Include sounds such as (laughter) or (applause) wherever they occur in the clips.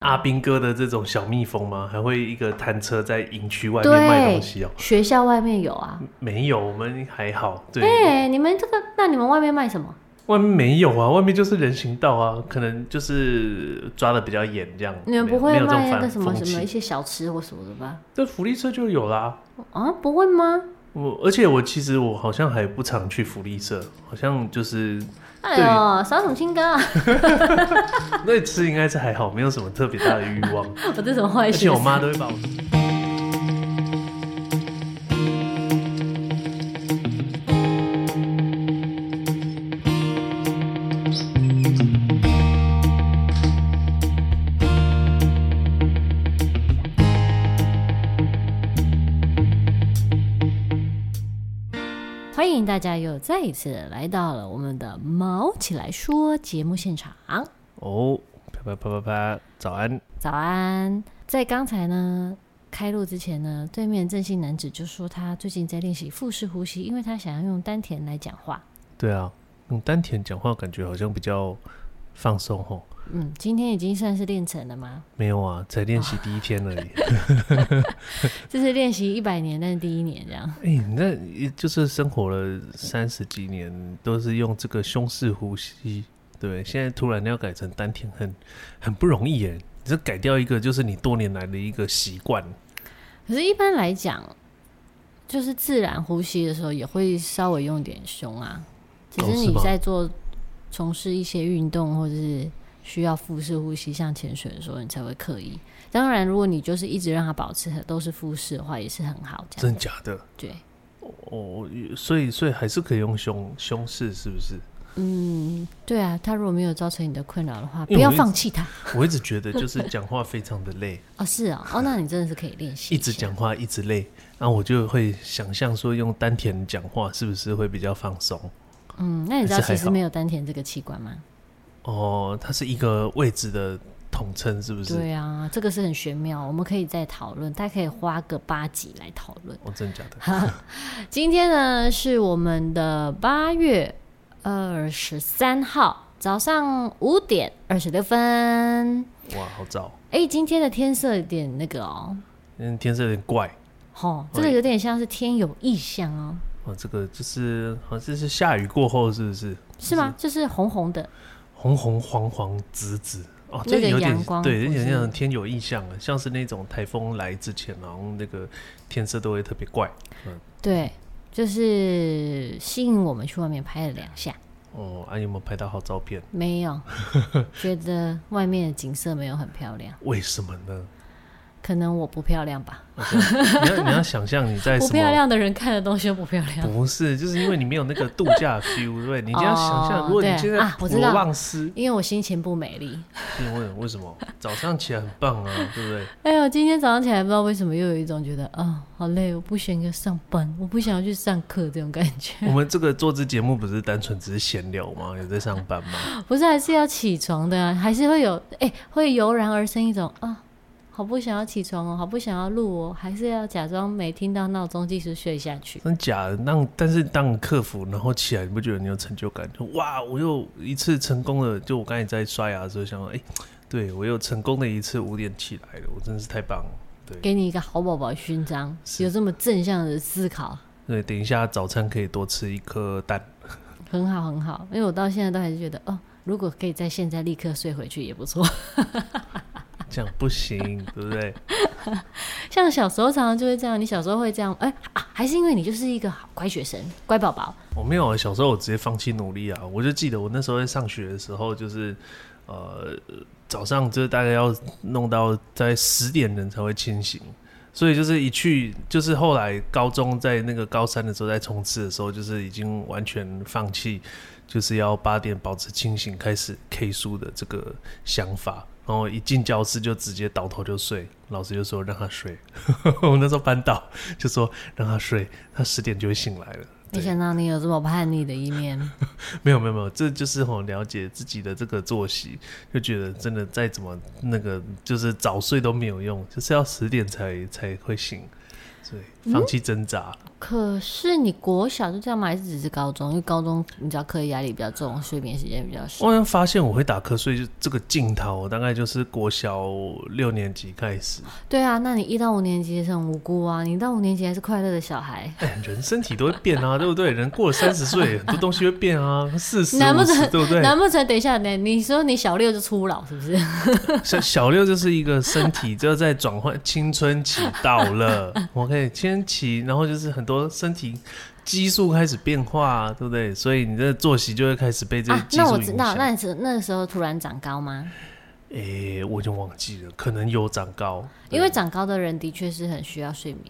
阿兵哥的这种小蜜蜂吗？还会一个摊车在营区外面卖对东西哦、，学校外面有啊。没有，我们还好。对，哎、你们这个，那你们外面卖什么？外面没有啊，外面就是人行道啊，可能就是抓的比较严这样。你们没有不会没有这种卖那反个什么风什么一气些小吃或什么的吧？这福利社就有啦。啊，不会吗？我而且我其实我好像还不常去福利社，好像就是哎呦，耍什么心肝啊！ (laughs) 那次应该是还好，没有什么特别大的欲 (laughs) 望。我这种坏而且学我生。妈都会把我。欢迎大家又再一次来到了我们的《毛起来说》节目现场。哦，啪啪啪啪啪，早安。早安，在刚才呢开录之前呢，对面正姓男子就说他最近在练习腹式呼吸，因为他想要用丹田来讲话。对啊，用丹田讲话感觉好像比较放松哦吼。嗯，今天已经算是练成了吗？没有啊，才练习第一天 (laughs) 而已。这是练习一百年，但是第一年这样。哎、你那也就是生活了三十几年，都是用这个胸式呼吸，对不对？现在突然要改成丹田，很很不容易耶。你这改掉一个，就是你多年来的一个习惯。可是，一般来讲，就是自然呼吸的时候也会稍微用点胸啊，只哦是是你吗在做从事一些运动或者是需要腹式呼吸，像潜水的时候，你才会刻意。当然，如果你就是一直让它保持都是腹式的话，也是很好这样。真假的？对，哦，所以所以还是可以用胸胸式，是不是？嗯，对啊，他如果没有造成你的困扰的话，因为不要我一放直弃他。我一直觉得就是讲话非常的累，哦，是哦，哦，那你真的是可以练习一直下讲话一直累，然后我就会想象说用丹田讲话是不是会比较放松？嗯，那你知道还是其还实好没有丹田这个器官吗？哦，它是一个位置的统称，是不是？对啊，这个是很玄妙，我们可以再讨论，大家可以花个八集来讨论。哦，真假的？今天呢是我们的八月二十三号早上五点二十六分。哇，好早。哦哎，今天的天色有点那个哦，嗯，天色有点怪吼、这个有点像是天有异象哦，哦，这个就是好像是下雨过后，是不是？是吗？就是红红的，红红黄黄紫紫哦，那这个有阳点光对，有不点是像天有异象啊，像是那种台风来之前，然后那个天色都会特别怪对，就是吸引我们去外面拍了两下，哦。啊，有没有拍到好照片？没有，觉得外面的景色没有很漂亮，为什么呢？可能我不漂亮吧。你要你要想象你 (laughs) 在不什漂么？亮的人看的东西都不漂亮。不是，就是因为你没有那个度假 feel，对不对？你就要想象，哦如果对你现在啊普我知罗道旺斯，因为我心情不美丽。你问为什么？ (laughs) 早上起来很棒啊，对不对？哎呦，今天早上起来不知道为什么又有一种觉得啊、好累，我不想要上班，我不想要去上课这种感觉。 (laughs) 我们这个做这节目不是单纯只是闲聊吗？有在上班吗？不是，还是要起床的啊，还是会有哎、会油然而生一种啊、好不想要起床哦，好不想要录哦，还是要假装没听到闹钟，继续睡下去。真假的？让但是当你克服，然后起来，你不觉得你有成就感？就哇，我又一次成功了！就我刚才在刷牙的时候想到，哎、对我又成功的一次五点起来了，我真是太棒了。对给你一个好宝宝勋章，是有这么正向的思考，对，等一下早餐可以多吃一颗蛋。很好很好。因为我到现在都还是觉得哦，如果可以在现在立刻睡回去也不错。这样不行，对不对？像小时候常常就会这样，你小时候会这样，哎、啊，还是因为你就是一个好乖学生、乖宝宝，我没有啊，小时候我直接放弃努力啊！我就记得我那时候在上学的时候，就是呃早上就是大概要弄到在十点人才会清醒，所以就是一去就是后来高中在那个高三的时候在冲刺的时候，就是已经完全放弃，就是要八点保持清醒开始 K 书的这个想法。然后一进教室就直接倒头就睡，老师就说让他睡。 (laughs) 我那时候班导就说让他睡，他十点就会醒来了。没对想到你有这么叛逆的一面。没有没有没有，这就是很了解自己的这个作息，就觉得真的再怎么那个，就是早睡都没有用，就是要十点才才会醒。对，放弃挣扎。可是你国小就这样吗？还是只是高中？因为高中你知道课业压力比较重，睡眠时间比较少。我好像发现我会打瞌睡，就这个镜头，大概就是国小六年级开始。对啊，那你一到五年级也是很无辜啊，你到五年级还是快乐的小孩，哎，人身体都会变啊，对不对？人过了三十岁，很多东西会变啊，四十、难不五成十，对不对？难不成等一下你你说你小六就初老是不是？小 (laughs) 小六就是一个身体就在转换，青春期到 (laughs) 了，OK，青春期，然后就是很多身体激素开始变化，啊对不对？所以你的作息就会开始被这些啊，激那我素知影道，响。那你是那个时候突然长高吗？诶、我已经忘记了，可能有长高，对因为长高的人的确是很需要睡眠，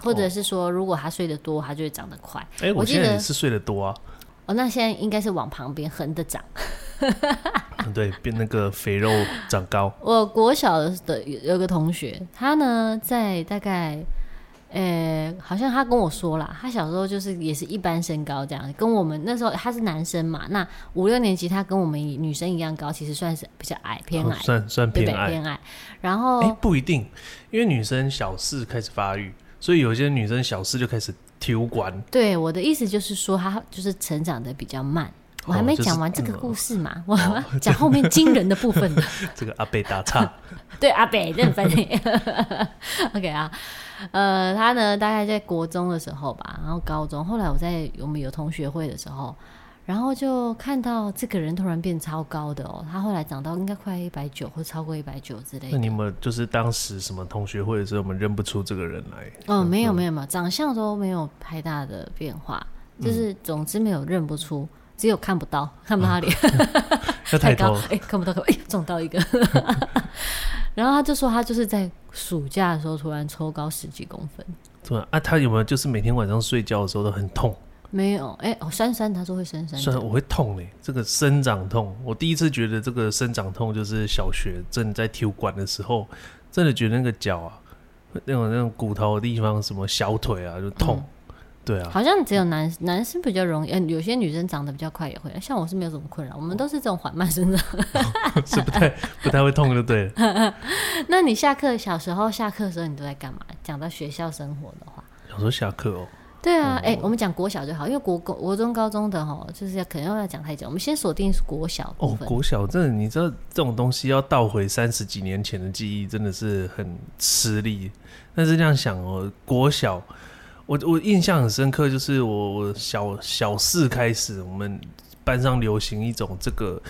或者是说如果他睡得多，他就会长得快。诶、我我记现在也得是睡得多啊，哦，那现在应该是往旁边横着长。啊对，变那个肥肉长高，我国小的有有个同学，他呢在大概，呃、好像他跟我说啦，他小时候就是也是一般身高这样，跟我们那时候他是男生嘛，那五六年级他跟我们女生一样高，其实算是比较矮，偏矮，哦算算对不偏对？矮。偏矮。然后、哎、不一定，因为女生小四开始发育，所以有些女生小四就开始丢管。对我的意思就是说，他就是成长的比较慢。我还哦没就是讲完这个嗯哦故事嘛，我我要讲后面惊人的部分。这个阿贝打岔， (laughs) 对阿北认分 (laughs) OK 啊，呃，他呢大概在国中的时候吧，然后高中，后来我在我们有同学会的时候，然后就看到这个人突然变超高的哦，他后来长到应该快一百九或超过一百九之类那的。你们就是当时什么同学会的时候，我们认不出这个人来。哦，没有没有没有，长相都没有太大的变化，就是总之没有认不出，只有看不到，看不到他脸。要抬太高头，，哎、看不到，看不到哎、撞到一个。 (laughs) 然后他就说，他就是在暑假的时候突然抽高十几公分，对啊，他有没有就是每天晚上睡觉的时候都很痛？没有，哎、哦，酸酸，他说会酸酸虽的，然我会痛嘞、这个生长痛，我第一次觉得这个生长痛就是小学正在体育馆的时候，真的觉得那个脚啊，那种那种骨头的地方，什么小腿啊就痛。嗯对啊， (laughs) 好像只有男男生比较容易，嗯、有些女生长得比较快也会，像我是没有什么困扰，我哦们都是这种缓慢生长。 (laughs) 是不太不太会痛就对了。那你下课小时候下课的时候你都在干嘛？讲到学校生活的话，想说下课哦，对啊，哎、我们讲国小就好，因为国国国中高中的哈，就是要可能要讲太久，我们先锁定国小部哦，分。国小真的，你知道这种东西要倒回三十几年前的记忆，真的是很吃力。但是这样想哦，国小，我我印象很深刻，就是我我小小四开始，我们班上流行一种这个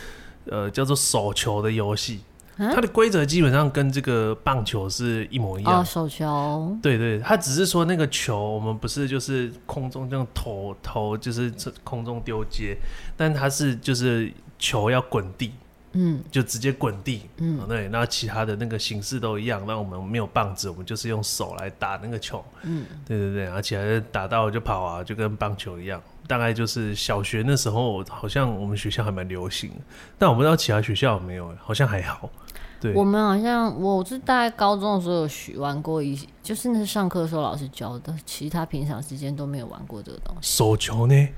呃叫做手球的游戏，啊它的规则基本上跟这个棒球是一模一样哦，。手球，对对，它只是说那个球，我们不是就是空中这样投投，就是空中丢接，但它是就是球要滚地，嗯就直接滚地，嗯嗯，对，那其他的那个形式都一样，那我们没有棒子，我们就是用手来打那个球，嗯，对对对，而且还是打到就跑啊，就跟棒球一样。大概就是小学那时候，好像我们学校还蛮流行的，但我不知道其他学校有没有，好像还好。对，我们好像我是大概高中的时候有学玩过一些，就是那是上课的时候老师教的，其他平常时间都没有玩过这个东西。手球呢？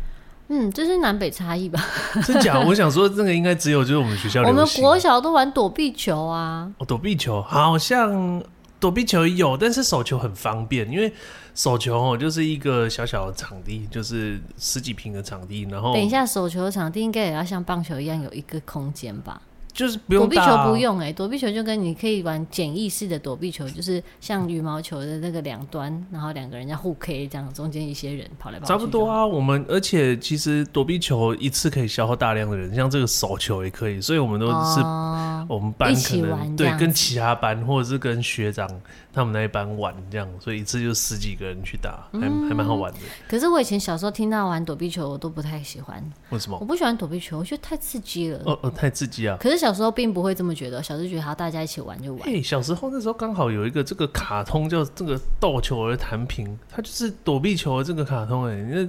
嗯，这是南北差异吧？真假？ (laughs) 我想说，这个应该只有就是我们学校流我行。啊们国小都玩躲避球啊，哦，躲避球好像躲避球有，但是手球很方便，因为手球哦就是一个小小的场地，就是十几平的场地，然后等一下手球场地应该也要像棒球一样有一个空间吧？就是不躲用避打球啊不，用哎、躲避球就跟你可以玩简易式的躲避球，就是像羽毛球的那个两端，然后两个人要互 K 这样，中间一些人跑来跑去。差不多。啊。我们而且其实躲避球一次可以消耗大量的人，像这个手球也可以，所以我们都是哦，我们班一可起玩能这对样跟其他班或者是跟学长他们那一班玩这样，所以一次就十几个人去打，还还蛮好玩的。可是我以前小时候听到玩躲避球，我都不太喜欢。为什我么？不喜欢躲避球，我觉得太刺激了。哦哦，太刺激啊！可是小时候并不会这么觉得，小时候觉得好，大家一起玩就玩。哎、小时候那时候刚好有一个这个卡通叫这个斗球儿弹屏，它就是躲避球的这个卡通、哎，那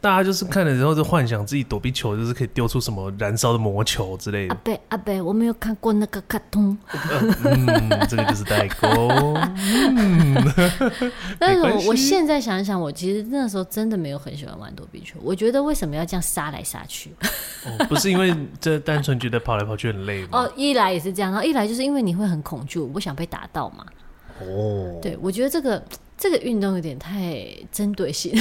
大家就是看了之后就幻想自己躲避球就是可以丢出什么燃烧的魔球之类阿的。贝阿贝，我没有看过那个卡通，嗯，这个就是代沟。哦但没是关我系我现在想一想，我其实那时候真的没有很喜欢玩躲避球。我觉得为什么要这样杀来杀去？哦，不是因为这单纯觉得跑来跑去很累吗？哦，一来也是这样，然后一来就是因为你会很恐惧，我不想被打到嘛。哦，对，我觉得这个这个运动有点太针对性，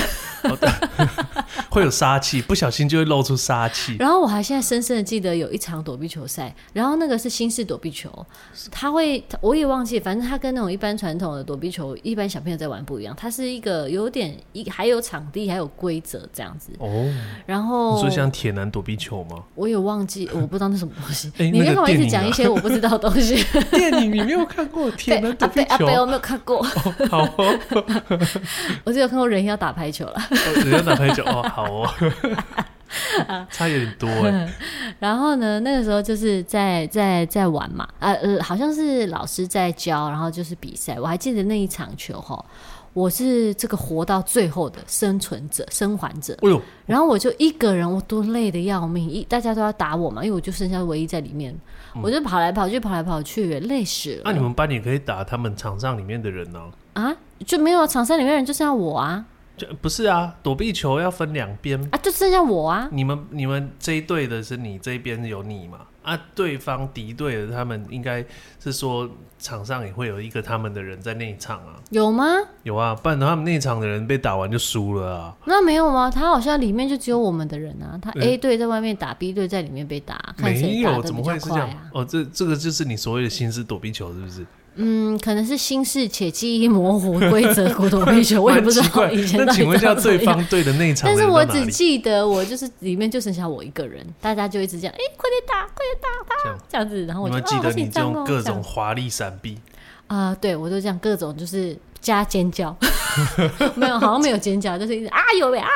会有杀气，不小心就会露出杀气。 (laughs) 然后我还现在深深的记得有一场躲避球赛，然后那个是新式躲避球，他会它我也忘记，反正他跟那种一般传统的躲避球，一般小朋友在玩不一样，它是一个有点一还有场地还有规则这样子。哦，然你后说像铁男躲避球吗？我也忘记，我不知道那什么东西。哎你那个干嘛一电直影讲啊一些我不知道的东 (laughs) 西？啊电影你没有看过铁男躲阿避贝阿球贝，？我没有看过， (laughs) 好哦，我只有看过人要打排球了。人家打排球哦，好哦， (laughs) 差有点多哎。然后呢，那个时候就是在在在玩嘛，呃呃，好像是老师在教，然后就是比赛。我还记得那一场球哈，我是这个活到最后的生存者、生还者。哎呦，然后我就一个人，我多累的要命，一大家都要打我嘛，因为我就剩下唯一在里面，我就跑来跑去，跑来跑去，累死了。嗯啊那你们班也可以打他们场上里面的人呢？啊，就没有场上里面的人就剩下我啊，就不是啊，躲避球要分两边，啊，就剩下我啊，你们你们这一队的是你这边有你嘛？啊，对方敌对的他们应该是说场上也会有一个他们的人在内场啊，有吗？有啊，不然他们内场的人被打完就输了啊。那没有吗？他好像里面就只有我们的人啊，他嗯 A 队在外面打，B 队在里面被打，看没谁打有，的怎比么较会是这快样？啊。哦，这这个就是你所谓的心思躲避球，是不是？嗯，可能是心事且记忆模糊，规则古董杯 (laughs) 球，我也不知蛮奇道怪以 (laughs) 前那到请问底一下，长对怎么样。方队的内场但的是人在我哪只里？记得我就是哎里面就剩下我一个人，大家就一直这样，哎、快点打，快点这样打这样子，然后我你就们记哦，好得紧你这张哦种，各这种样华丽闪避，啊、对我就这样各种就是加 (laughs) 尖叫， (laughs) 没有好像没有尖叫，就是一直啊有没啊，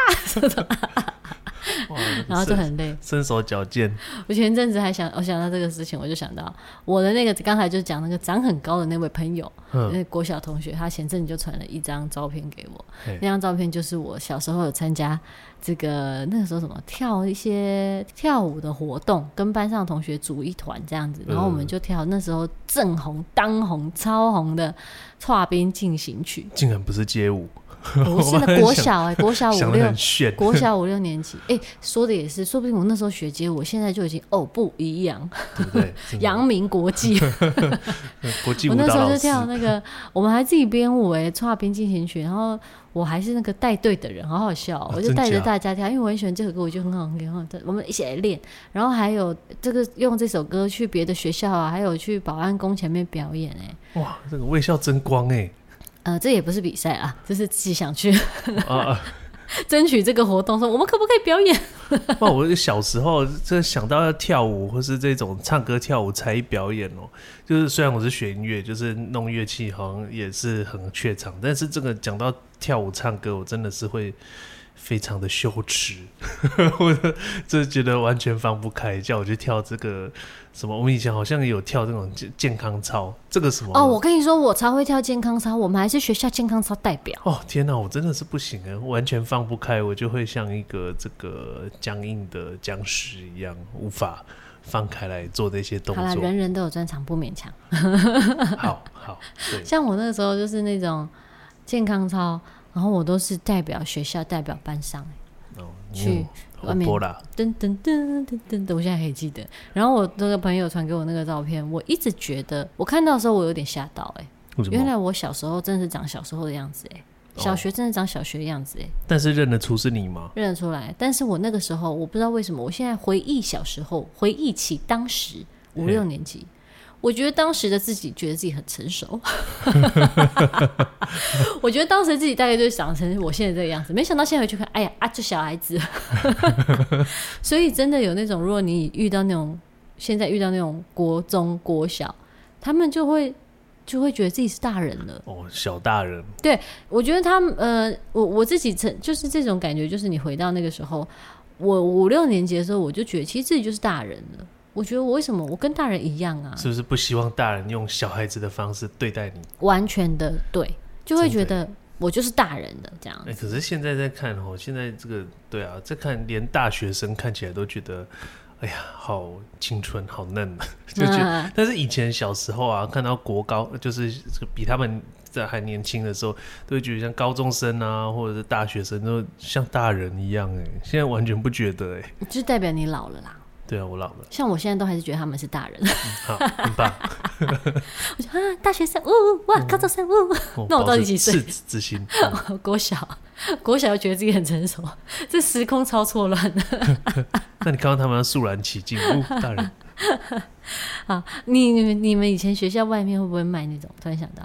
哇然后就很累。身手矫健，我前阵子还想，我想到这个事情，我就想到我的那个刚才就讲那个长很高的那位朋友，嗯那个国小同学，他前阵子就传了一张照片给我嘿，那张照片就是我小时候有参加这个那个时候什么跳一些跳舞的活动，跟班上同学组一团这样子，然后嗯我们就跳那时候正红、当红、超红的《跨边进 (laughs) 行曲竟然不是街舞，》，不是那国小哎、国小想五的六很炫。 (laughs) 国小五六年级，哎、说的也是，说不定我那时候学街舞，我现在就已经哦不一样，对不 (laughs) 对？真的扬名 (laughs) 国际。国际舞我那蹈时候老就师，跳那个，我们还自己编舞哎、欸，跨边进行曲，然后我还是那个带队的人，好好笑哦、啊我就真带着假大家跳，因为我很喜欢这首歌，我就很好很好，我们一起来练。然后还有这个用这首歌去别的学校啊，还有去保安宫前面表演哎、哇，这个卫校争光哎、呃，这也不是比赛啊，这是自己想去 (laughs) 啊！争取这个活动，说我们可不可以表演？啊哇，我小时候这想到要跳舞或是这种唱歌跳舞才艺表演哦、就是虽然我是学音乐，就是弄乐器好像也是很怯场，但是这个讲到跳舞唱歌，我真的是会非常的羞耻， (laughs) 我就觉得完全放不开，叫我去跳这个什么，我们以前好像也有跳这种健健康操，这个什么哦，我跟你说，我超会跳健康操，我们还是学校健康操代表。哦天哪，我真的是不行啊，完全放不开，我就会像一个这个僵硬的僵尸一样，无法放开来做那些动好啦，作。人人都有专长，不勉强。好 (laughs) 好，对，像我那个时候就是那种健康操，然后我都是代表学校、代表班上、哦，去活外面泼啦，噔噔噔噔噔噔，我现在还记得。然后我那个朋友传给我那个照片，我一直觉得，我看到的时候我有点吓到、欸，为什原么？来我小时候真的是长小时候的样子、欸，哦小学真的长小学的样子、欸，但是认得出是你吗？认得出来。但是我那个时候，我不知道为什么，我现在回忆小时候，回忆起当时五六年级，我觉得当时的自己觉得自己很成熟。我觉得当时自己大概就想成我现在这个样子，没想到现在回去看，哎呀啊，就小孩子。所以真的有那种，如果你遇到那种现在遇到那种国中、国小，他们就会就会觉得自己是大人了。哦，小大人，嗯我觉得他们呃，我我自己曾就是这种感觉，就是你回到那个时候，我五六年级的时候，我就觉得其实自己就是大人了。我觉得我为什么我跟大人一样啊？是不是不希望大人用小孩子的方式对待你？完全的对，就会觉真得我就是大人的这样哎、。可是现在在看哦，现在这个对啊，在看连大学生看起来都觉得，哎呀，好青春，好嫩，啊 (laughs) 就觉得嗯但是以前小时候啊，看到国高就是这个比他们在还年轻的时候，都会觉得像高中生啊，或者是欸大学生都像大人一样哎、现在完全不觉得哎、就代表你老了啦。对啊，我老了，像我现在都还是觉得他们是大人，好，很 (laughs) 棒。我觉得啊， (laughs) 大学生，呜、呜哇，高中生，呜、呜那我保到底持几岁赤子之心，嗯 (laughs) 国小，国小就觉得自己很成熟，这时空超错乱的。那你看到他们要肃然起敬，哦，大人，啊，你你们你们以前学校外面会不会卖那种？突然想到，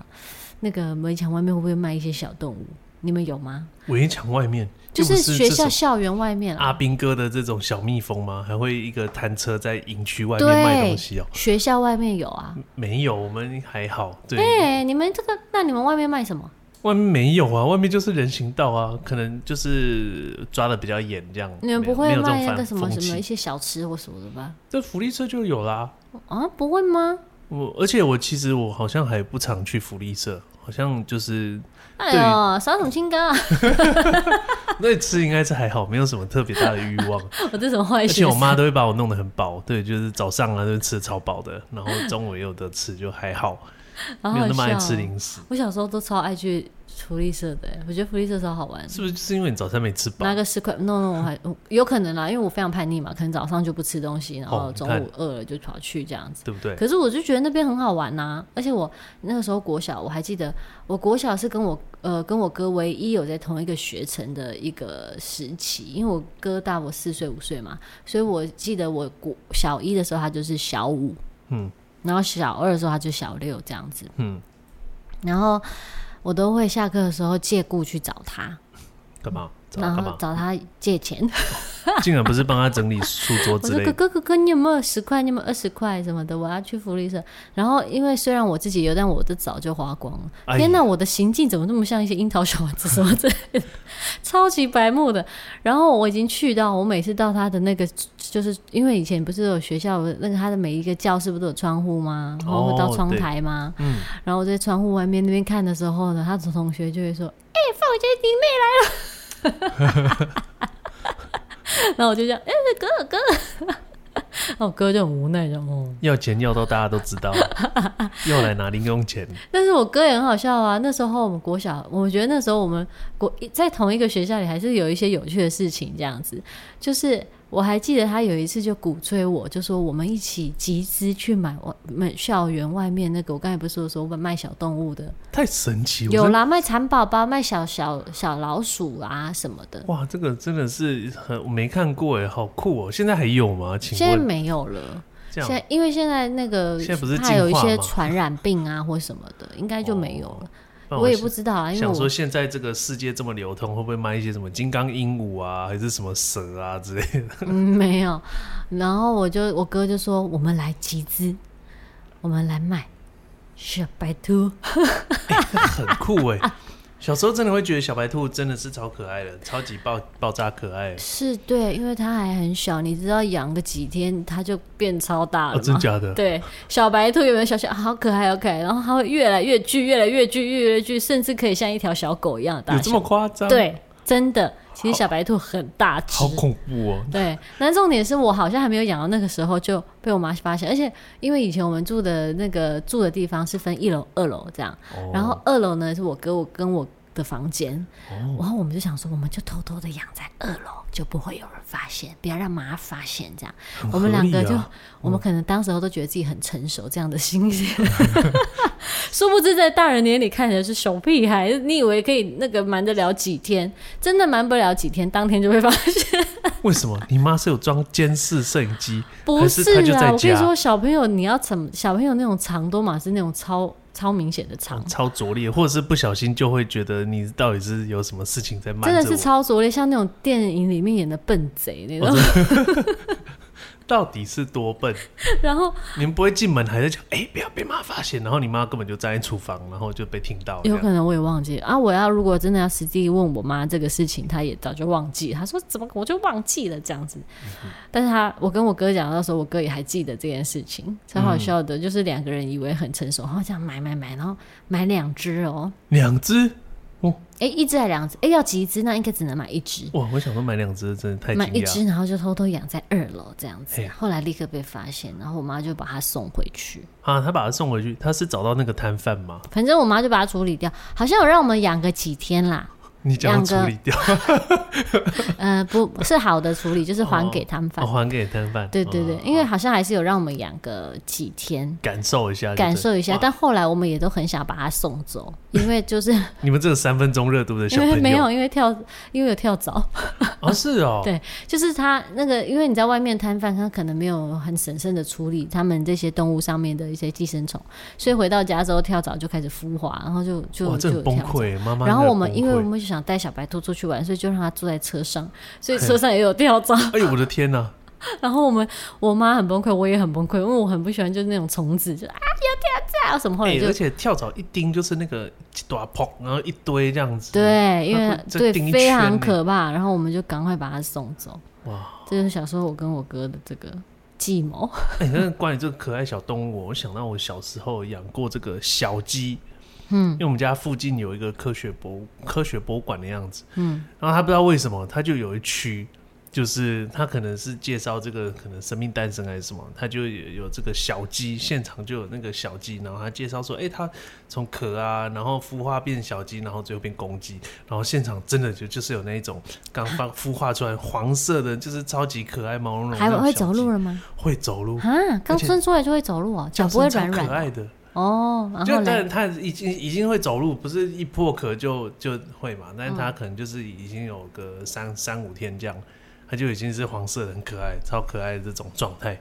那个围墙外面会不会卖一些小动物？你们有吗？围墙外面 (laughs) 就又不是是学这校种校园外面啊，阿兵哥的这种小蜜蜂吗？还会一个摊车在营区外面卖对东西哦、，学校外面有啊。没有，我们还好。对，哎、你们这个，那你们外面卖什么？外面没有啊，外面就是人行道啊，可能就是抓的比较严这样。你们没有不会没有这种卖那个反什么风什么一气些小吃或什么的吧？这福利社就有啦。啊，不会吗？我而且我其实我好像还不常去福利社，好像就是哎呦，耍什么清高啊！ (laughs) 那次应该是还好，没有什么特别大的欲 (laughs) 望。我这种坏而且学我生，妈都会把我弄得很饱，对，就是早上啊都吃得超饱的，然后中午也有得吃，就还好，好没有好那么爱笑吃哦零食。我小时候都超爱去福利社的，欸我觉得福利社超好玩。是不是就是因为你早餐没吃饱拿？个十块，no no，我还我有可能啦，因为我非常叛逆嘛，可能早上就不吃东西，然后哦你中看午饿了就跑去这样子。对不对？可是我就觉得那边很好玩呐、而且我那个时候国小，我还记得我国小是跟我呃跟我哥唯一有在同一个学程的一个时期，因为我哥大我四岁五岁嘛，所以我记得我国小一的时候他就是小五，嗯然后小二的时候他就小六这样子，嗯，然后我都会下课的时候借故去找他，干 (laughs) 嘛？早然干后嘛？找他借 (laughs) 钱。竟然不是帮他整理书桌我之说类哥的，哥哥哥，你有没有十块？你有没有二十块什么的？我要去福利社。然后因为虽然我自己有，但我的早就花光了。哎天哪，我的行径怎么那么像一些樱桃小丸子什么之类的， (laughs) 超级白目的。然后我已经去到，我每次到他的那个，就是因为以前不是有学校那个他的每一个教室不都有窗户吗？然后会到哦窗对台吗？嗯，然后我在窗户外面那边看的时候呢，他的同学就会说：“哎、范伟杰弟妹 (laughs) 来了。” (laughs) 然后我就这样，哎、哥哥。然后我哥就很无奈，就哦。要钱要到大家都知 (laughs) 道，要来拿零用钱，但是我哥也很好笑啊。那时候我们国小，我觉得那时候我们国在同一个学校里，还是有一些有趣的事情。这样子，就是我还记得他有一次就鼓吹我，就说我们一起集资去买我们校园外面那个，我刚才不是说说我们卖小动物的，太神奇！我有真啦，卖蚕宝宝、卖小小小老鼠啊什么的，哇，这个真的是很我没看过哎，好酷哦！现在还有吗？请现在问没有了。这现样在因为现在那个现在不是它有一进化些吗传染病啊或什么的，应该就没有了。那我也想不知道啊，因为想说我现在这个世界这么流通，会不会卖一些什么金刚鹦鹉啊，还是什么蛇啊之类的？嗯没有。然后我就我哥就说我们来集资，我们来买小白兔。很酷 (laughs) 哎！小时候真的会觉得小白兔真的是超可爱的，超级爆爆炸可爱。是对，因为它还很小，你知道养个几天它就变超大了哦，吗？真假的？对，小白兔有没有小小好可爱好可爱，然后它会越来越巨，越来越巨，越来越巨，甚至可以像一条小狗一样的有大这小。么夸张？，对，真的，其实小白兔很大只好。恐怖哦！对，那重点是我好像还没有养到那个时候就被我妈发现，而且因为以前我们住的那个住的地方是分一楼、二楼这样，哦然后二楼呢是我哥我跟我的房间，然后我们就想说，我们就偷偷的养在二楼，就不会有人发现，不要让妈发现这样。我们两个就合理啊，我们可能当时候都觉得自己很成熟这样的心情，嗯 (laughs) 殊不知在大人眼里看起来是小屁孩，你以为可以那个瞒得了几天，真的瞒不了几天，当天就被发现。为什么你妈是有装监视摄影机？不还是是他就啊，在我跟你家说，小朋友你要怎么？小朋友那种长多嘛是那种超超明显的长，超拙劣，或者是不小心就会觉得你到底是有什么事情在瞒真着我？的是超拙劣，像那种电影里面演的笨贼那哦种。到底是多笨？ (laughs) 然后你们不会进门还在讲，哎、不要被妈发现，然后你妈根本就站在厨房，然后就被听到这有样。可能我也忘记啊，我要如果真的要实际问我妈这个事情，她也早就忘记。她说怎么我就忘记了这样子，嗯但是她我跟我哥讲到时候，我哥也还记得这件事情，超好笑的。就是两个人以为很成熟，然后这样买买买，然后买两只哦，两只诶，一只还两只，诶，要几只？那应该只能买一只。哇！我想说买两只真的太买惊一讶。哎只，然后就偷偷养在二楼这样子嘿。后来立刻被发现，然后我妈就把它送回去。啊！他把它送回去，他是找到那个摊贩吗？反正我妈就把它处理掉，好像有让我们养个几天啦。你讲要两个处理掉，呃，不是好的处理，就是还给摊贩。哦还给摊贩。对对对哦，因为好像还是有让我们养个几天，感受一下就对，哦感受一下。哇但后来我们也都很想把它送走，因为就是你们这个三分钟热度的小因朋友为没有，因为跳，因为有跳蚤，哦，是哦，对就是他那个，因为你在外面摊贩，他可能没有很审慎的处理他们这些动物上面的一些寄生虫，所以回到家之后跳蚤就开始孵化，然后就就哇，这就很有崩跳蚤。溃，妈妈。然后我们因为我，们就想带小白兔出去玩，所以就让它坐在车上，所以车上也有跳蚤。哎呦我的天呐，然后我们我妈很崩溃，我也很崩溃，因为我很不喜欢就是那种虫子，就啊有跳蚤什么，后来哎，就、而且跳蚤一叮就是那个一大泡，然后一堆这样子，，对，因为会再对叮一非圈常呢可怕，然后我们就赶快把它送走。哇，这就是小时候我跟我哥的这个计谋。哎，那关于这个可爱小动物，我想到我小时候养过这个小鸡。嗯因为我们家附近有一个科学博科学博物馆的样子，嗯然后他不知道为什么，他就有一区，就是他可能是介绍这个可能生命诞生还是什么，他就有有这个小鸡，现场就有那个小鸡，然后他介绍说，哎、它从壳啊，然后孵化变小鸡，然后最后变公鸡，然后现场真的就就是有那一种刚放孵化出来黄色的，就是超级可爱毛茸茸的嗯还那种小鸡，会走路了吗？会走 (laughs) 路，啊，刚生出来就会走路哦，脚不会软超可爱软的。哦。然就后但嘞，他已经已经会走路，不是一破壳就就会嘛？嗯但是他可能就是已经有个三三五天这样，他就已经是黄色的，很可爱，超可爱的这种状态。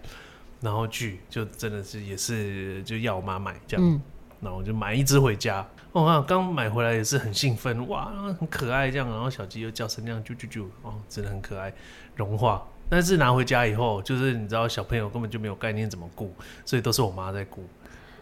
然后去就真的是也是就要我妈买这样，嗯，然后我就买一只回家。我看刚买回来也是很兴奋，哇，很可爱这样。然后小鸡又叫声那样，啾啾啾，哦，真的很可爱，融化。但是拿回家以后，就是你知道小朋友根本就没有概念怎么顾，所以都是我妈在顾。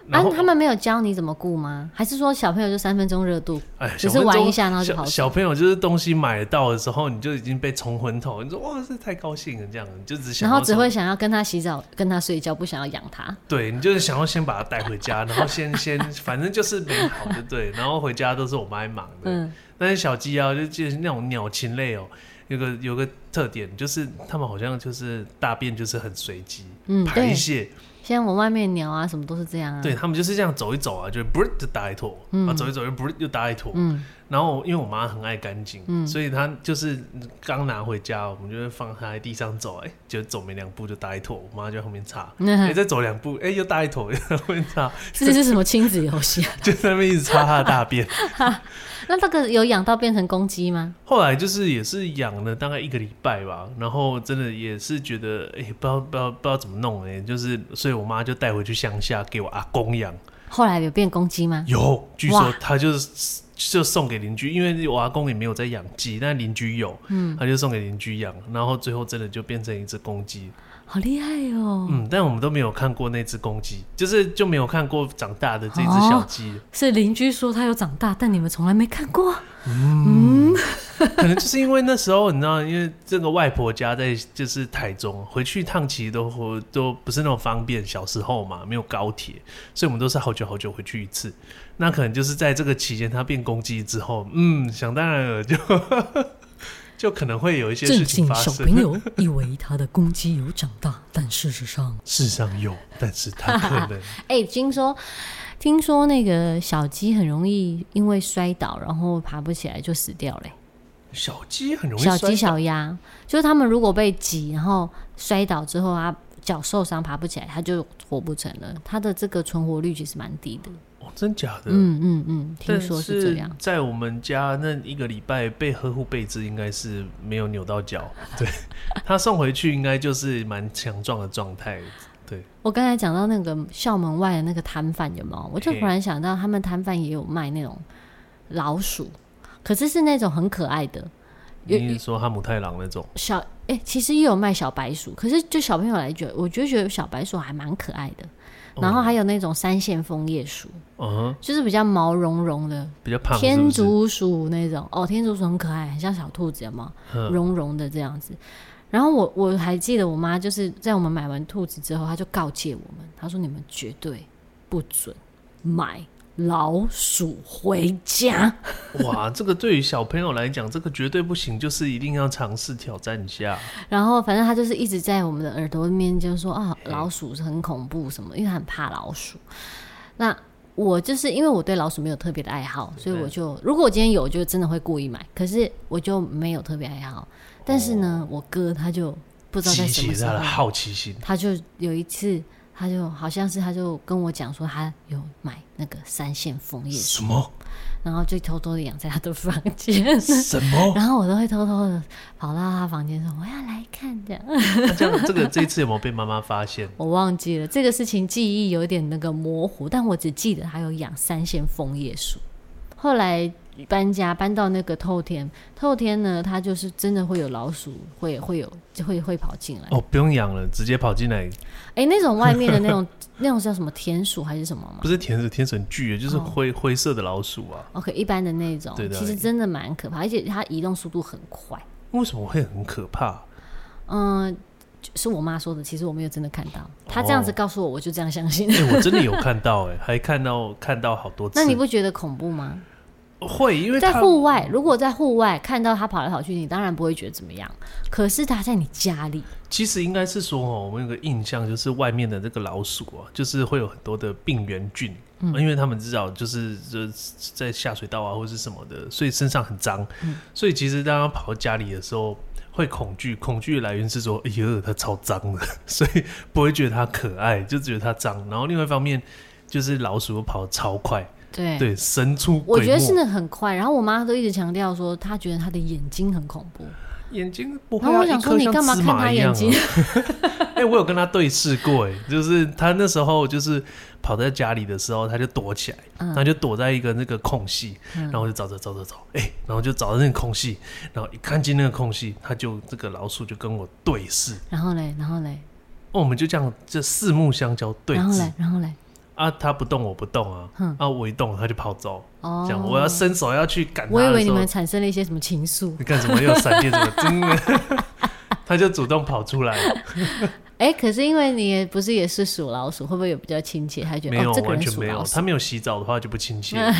然啊后，他们没有教你怎么顾吗？还是说小朋友就三分钟热度？哎，只小是朋友玩一下然后就小跑走小朋友就是东西买到的时候，你就已经被冲昏头，你说哇，这太高兴了，这样你就只想然要后只从会想要跟他洗澡、跟他睡觉，不想要养他。对你就是想要先把它带回家，然后先 (laughs) 先反正就是美好的对，然后回家都是我妈在忙的。嗯，但是小鸡啊，就就是那种鸟禽类哦，有个有个特点就是它们好像就是大便就是很随机，嗯排对泄，现在我外面鸟啊什么都是这样啊。对，他们就是这样走一走啊，就不就打一坨，嗯啊走一走就不就打一坨，嗯然后因为我妈很爱干净，嗯所以她就是刚拿回家，我们就会放她在地上走，哎、就走没两步就搭一坨，我妈就在后面擦，哎、那再走两步，哎、又搭一坨，又在后面擦，这是什么亲子游戏啊？ (laughs) 就在那边一直擦她的大便。那这个有养到变成公鸡吗？后来就是也是养了大概一个礼拜吧，然后真的也是觉得，哎、不知道不知道不知道怎么弄、哎，就是所以我妈就带回去乡下给我阿公养，后来有变公鸡吗？有，据说哇他就是就送给邻居，因为我阿公也没有在养鸡，但邻居有，嗯他就送给邻居养，然后最后真的就变成一只公鸡，好厉害哦！嗯，但我们都没有看过那只公鸡，就是就没有看过长大的这哦只小鸡，是邻居说它有长大，但你们从来没看过。可能就是因为那时候你知道，因为这个外婆家在就是台中，回去一趟其实都都不是那种方便，小时候嘛没有高铁，所以我们都是好久好久回去一次，那可能就是在这个期间它变公鸡之后，嗯，想当然了就就可能会有一些事震情惊发小生。朋友以为他的公鸡有长大，但事实上，世上有，但是它可 (laughs) 能哎、听说听说那个小鸡很容易因为摔倒，然后爬不起来就死掉嘞、小鸡很容易小摔鸡、小鸭，就是它们如果被挤，然后摔倒之后啊，脚受伤爬不起来，它就活不成了。它的这个存活率其实蛮低的。哦，真假的？嗯嗯嗯，听但说是这样。在我们家那一个礼拜被呵护备至，应该是没有扭到脚。 (laughs) 对他送回去，应该就是蛮强壮的状态。对，我刚才讲到那个校门外的那个摊贩有没有？我就嘿忽然想到，他们摊贩也有卖那种老鼠，可是是那种很可爱的，有你是说哈姆太郎那种？小哎、其实也有卖小白鼠，可是就小朋友来觉得，我就觉得小白鼠还蛮可爱的。哦然后还有那种三线枫叶鼠，嗯哼，就是比较毛茸茸的比较胖是不是，天竺鼠那种。哦，天竺鼠很可爱，很像小兔子，有吗？嗯茸茸的这样子。然后我我还记得我妈就是在我们买完兔子之后，她就告诫我们，她说你们绝对不准买老鼠回家。哇，这个对于小朋友来讲，这个绝对不行，就是一定要尝试挑战一下。然后反正他就是一直在我们的耳朵面就说啊，老鼠是很恐怖什么，因为他很怕老鼠。那我就是因为我对老鼠没有特别的爱好，所以我就如果我今天有，就真的会故意买。可是我就没有特别爱好。但是呢，我哥他就不知道在激什么起时他候的，好哦奇心。他就有一次，他就好像是他就跟我讲说，他有买那个三线枫叶，什么？然后就偷偷的养在他的房间。 (laughs) 什么？然后我都会偷偷的跑到他房间说：“我要来看。”这样，那这样这个这一次有没有被妈妈发现？我忘记了这个事情，记忆有点那个模糊，但我只记得他有养三线枫叶树。后来搬家搬到那个透天，透天呢，它就是真的会有老鼠，会会有就会会跑进来。哦，不用养了，直接跑进来，哎、那种 (laughs) 外面的那种那种叫什么田鼠还是什么吗不是田鼠，田鼠很巨耶，就是哦灰、灰色的老鼠啊。 ？OK，一般的那种对，的其实真的蛮可怕，而且它移动速度很快。为什么会很可怕？嗯，就是我妈说的，其实我没有真的看到。她这样子哦告诉我，我就这样相信。 (laughs) 哎、我真的有看到哎、还看到看到好多次。那你不觉得恐怖吗？会因为在它户外，如果在户外看到它跑来跑去，你当然不会觉得怎么样。可是它在你家里，其实应该是说哦，我们有个印象就是外面的这个老鼠啊，就是会有很多的病原菌，嗯因为他们知道就是就是在下水道啊或是什么的，所以身上很脏，嗯所以其实当他跑到家里的时候会恐惧，恐惧的来源是说，哎呦，它超脏的， (laughs) 所以不会觉得它可爱，就觉得它脏。然后另外一方面就是老鼠又跑得超快，对，对，神出鬼没，哎我觉得是那很快。然后我妈都一直强调说，她觉得她的眼睛很恐怖。眼睛不会、然后啊，我想一说颗你像干嘛芝看麻他一眼样睛 (laughs) 啊？哎、我有跟他对视过、哎，就是他那时候就是跑在家里的时候，他就躲起来，嗯然后就躲在一个那个空隙，然后我就找着找着找，哎、然后就找到那个空隙，然后一看进那个空隙，他就这个老鼠就跟我对视，然后嘞，然后嘞，哦，我们就这样就四目相交对然后峙嘞，然后嘞，啊，他不动我不动啊，哼啊我一动他就跑走，哦这，样我要伸手要去赶他我以的为你时候们，产生了一些什么情愫。你干什么？又有闪电什么？ (laughs) 真的，他就主动跑出来。哎，可是因为你也不是也是属老鼠，会不会有比较亲切？还觉没得有，哦，这个完人全属没有老。他鼠没有洗澡的话就不亲 (laughs) 切。对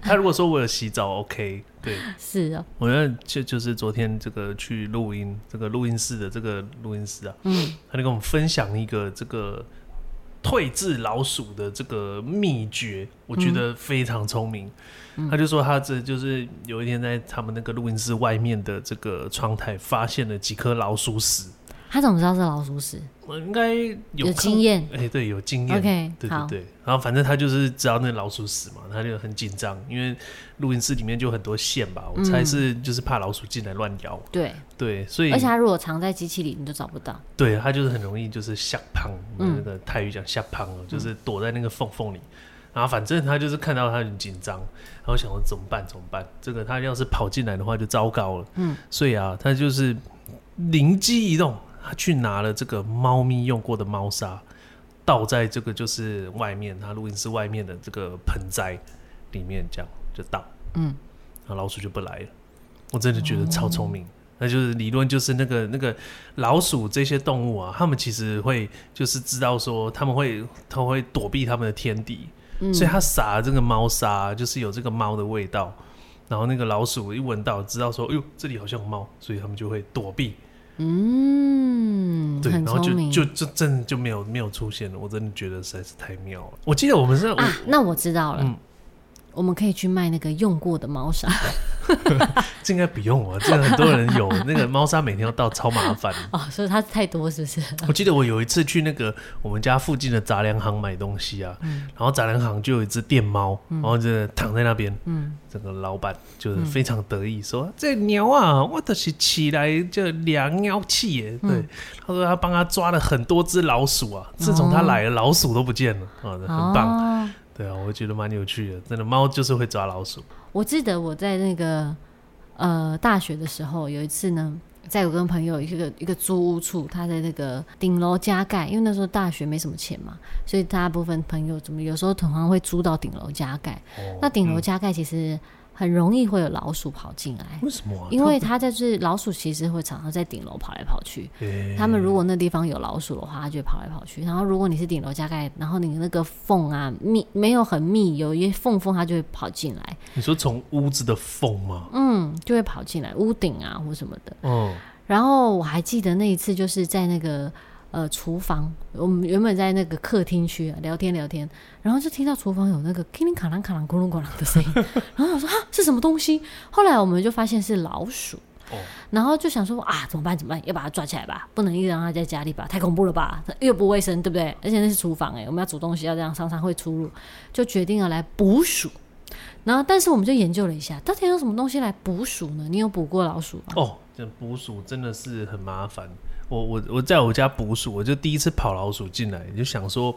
他如果说我有洗澡，OK。对，是哦，我那就就是昨天这个去录音，这个录音室的这个录音师啊，嗯，他就跟我们分享一个这个退治老鼠的这个秘诀，我觉得非常聪明。嗯他就说他这就是有一天在他们那个录音室外面的这个窗台发现了几颗老鼠屎，他怎么知道是老鼠屎？我应该有有看经验。哎、对，有经验。 OK，对对好，对，然后反正他就是知道那老鼠屎嘛，他就很紧张，因为录音室里面就很多线吧，我猜是就是怕老鼠进来乱咬，对，对，所以嗯而且它如果藏在机器里，你就找不到。对他就是很容易就是吓胖，我嗯们那个泰语讲吓胖了，就是躲在那个缝缝里。然后反正他就是看到他很紧张，然后想说怎么办怎么办？这个他要是跑进来的话就糟糕了。嗯，所以啊，他就是灵机一动，他去拿了这个猫咪用过的猫砂，倒在这个就是外面他录音室外面的这个盆栽里面，这样就倒。嗯，然后老鼠就不来了。我真的觉得超聪哦明。那就是理论，就是那个那个老鼠这些动物啊，它们其实会就是知道说，他们会它会躲避他们的天敌，嗯所以它撒了这个猫砂，就是有这个猫的味道。然后那个老鼠一闻到，知道说，哎呦，这里好像有猫，所以他们就会躲避。嗯，对，很然后聪就明。就就真的就没有没有出现了。我真的觉得实在是太妙了。我记得我们是、我啊， (clears throat) 那我知道了，嗯我们可以去卖那个用过的猫 (laughs) 砂。这应该不用啊，这个很多人有那个猫砂每天要倒，超麻烦。哦，所以它太多是不是？我记得我有一次去那个我们家附近的杂粮行买东西啊，然后杂粮行就有一只电猫，然后就躺在那边，嗯，整个老板就是非常得意说：“这牛啊，我都是起来就良妖气耶。”对，他说他帮他抓了很多只老鼠啊，自从他来了，老鼠都不见了啊，很棒。哦，对啊，我觉得蛮有趣的，真的猫就是会抓老鼠。我记得我在那个呃大学的时候，有一次呢，在我跟朋友一个一个租屋处，他在那个顶楼加盖，因为那时候大学没什么钱嘛，所以大部分朋友怎么有时候同行会租到顶楼加盖。哦那顶楼加盖其实很容易会有老鼠跑进来，为什么啊？因为它就是老鼠，其实会常常在顶楼跑来跑去。诶他们如果那地方有老鼠的话，它就会跑来跑去。然后如果你是顶楼加盖，然后你那个缝啊密没有很密，有一些缝缝，它就会跑进来，你说从屋子的缝吗？嗯，就会跑进来屋顶啊或什么的。嗯，然后我还记得那一次就是在那个呃厨房，我们原本在那个客厅区、啊、聊天聊天，然后就听到厨房有那个叮铃卡啷卡啷咕噜咕啷的声音， (laughs) 然后我说啊是什么东西？后来我们就发现是老鼠。哦然后就想说啊，怎么办？怎么办？要把它抓起来吧，不能一直让它在家里吧，太恐怖了吧，又不卫生，对不对？而且那是厨房哎、我们要煮东西，要这样常常会出入，就决定要来捕鼠。然后，但是我们就研究了一下，到底用什么东西来捕鼠呢？你有捕过老鼠吗？哦，这捕鼠真的是很麻烦。我我我在我家捕鼠，我就第一次跑老鼠进来，就想说，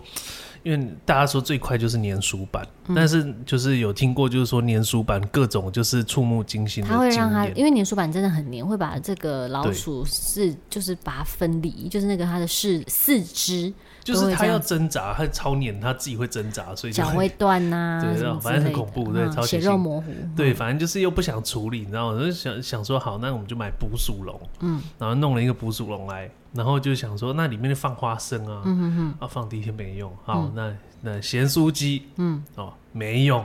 因为大家说最快就是粘鼠板，嗯但是就是有听过，就是说粘鼠板各种就是触目惊心的它会经让它，验。因为粘鼠板真的很黏，会把这个老对鼠是就是把它分离，就是那个它的四四肢、就是都会这它样要挣扎，它超黏，它自己会挣扎，所以就脚很会断呐、 (laughs) 对什么之反正很类的恐怖对嗯超血血腥肉模糊，对，反正就是又不想处理，你知道吗？我就想想说，好，那我们就买捕鼠笼，嗯，然后弄了一个捕鼠笼来，然后就想说，那里面就放花生啊，嗯嗯嗯，啊，放第一天没用，好，嗯那那咸酥鸡，嗯，哦，没用，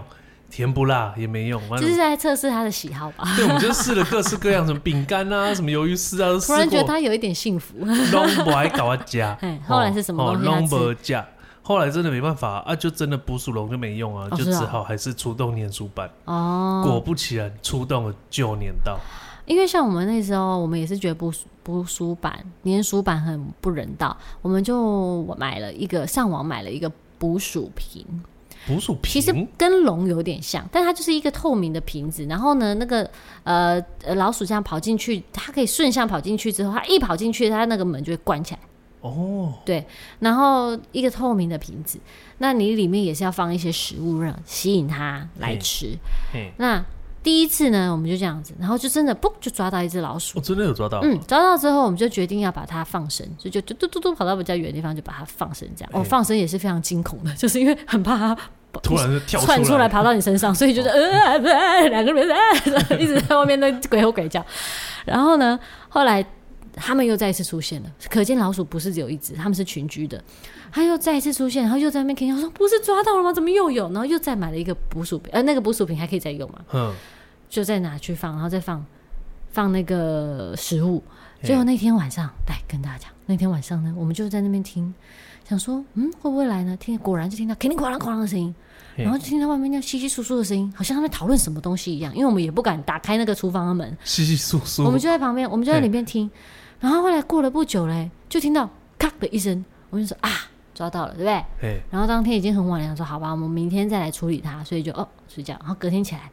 甜不辣也没用，反就是正在测试它的喜好吧。对，我们就试了各式各样，什么饼干 (laughs) 啊，什么鱿鱼丝啊，都试突过，然觉得它有一点幸福。弄不还搞啊加 (laughs) 嘿，后来是什么哦东西他弄吃不加。后来真的没办法啊，就真的捕鼠笼就没用啊，哦就是只哦好还是出动粘鼠板。果哦，不其然，出动了就粘到。因为像我们那时候，我们也是觉得不不鼠板、粘鼠板很不人道，我们就买了一个上网买了一个捕鼠瓶，捕鼠瓶，其实跟笼有点像，但它就是一个透明的瓶子。然后呢，那个呃呃老鼠这样跑进去，它可以顺向跑进去之后，它一跑进去，它那个门就会关起来。哦，然后一个透明的瓶子，那你里面也是要放一些食物让吸引它来嘿吃。嘿，那第一次呢，我们就这样子，然后就真的嘣就抓到一只老鼠我、。哦真的有抓到，嗯，抓到之后，我们就决定要把它放生，所以就就嘟嘟嘟跑到比较远的地方就把它放生，这样。哦，嗯放生也是非常惊恐的，就是因为很怕它突然就跳窜出来爬到你身上， (laughs) 所以就是呃，不是两个人呃 (laughs) 一直在外面那鬼吼鬼叫。然后呢，后来他们又再一次出现了，可见老鼠不是只有一只，他们是群居的。它又再一次出现，然后又在那边听，他说不是抓到了吗？怎么又有？然后又再买了一个捕鼠瓶，呃，那个捕鼠瓶还可以再用嘛？嗯，就再拿去放，然后再放放那个食物。嘿结果那天晚上，来跟大家讲，那天晚上呢，我们就在那边听，想说，嗯，会不会来呢？听，果然就听到肯定哐啷哐啷的声音，嘿然后就听到外面那样稀稀疏疏的声音，好像他们讨论什么东西一样，因为我们也不敢打开那个厨房的门，稀稀疏疏，我们就在旁边，我们就在里面听。然后后来过了不久嘞，就听到咔的一声，我们就说啊，抓到了，对不对？嘿，然后当天已经很晚了，想说好吧，我们明天再来处理它，所以就哦睡觉。然后隔天起来，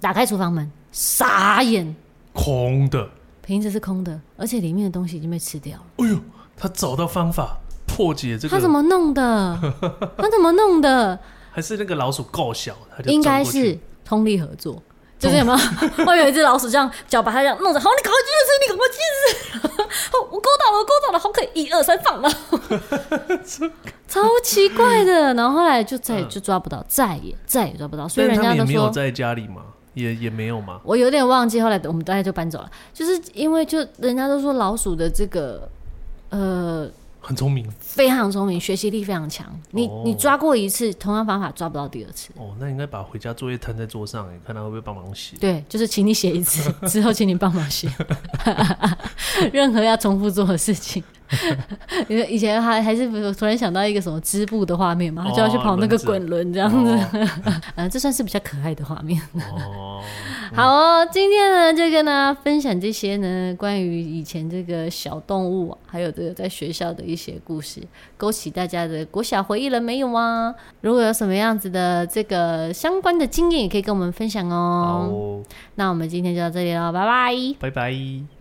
打开厨房门，傻眼，空的，瓶子是空的，而且里面的东西已经被吃掉了。哎呦，他找到方法破解这个，他怎么 (laughs) 弄的？他怎么弄的？还是那个老鼠够小，他就应钻该过去是通力合作。就是有没有 (laughs) 外面有一只老鼠，这样脚把它这样弄着，好，你赶快进去吃，你赶快进去吃。 (laughs) 我勾到了，我勾到了，好，可以一二三 (laughs) 放了，超奇怪的。然后后来就再也就抓不到，再也再也抓不到，所以嗯但人是他家们也都没有说在家里嘛，也也没有嘛，我有点忘记，后来我们大家就搬走了，就是因为就人家都说老鼠的这个呃很聪明非常聪明，学习力非常强。你、哦你抓过一次，同样方法抓不到第二次。哦，那应该把回家作业摊在桌上，哎，看他会不会帮忙写。对，就是请你写 (laughs) 一次，之后请你帮忙写， (laughs) 任何要重复做的事情。 (laughs) 因为以前还还是我突然想到一个什么织布的画面嘛，他就要去跑那个哦轮子滚轮这样子，呃，这算是比较可爱的画面。哦，好哦，今天呢，就跟大家分享这些呢，关于以前这个小动物啊，还有这个在学校的一些故事，勾起大家的国小回忆了没有啊？如果有什么样子的这个相关的经验，也可以跟我们分享好哦。哦，那我们今天就到这里了，拜拜。拜拜。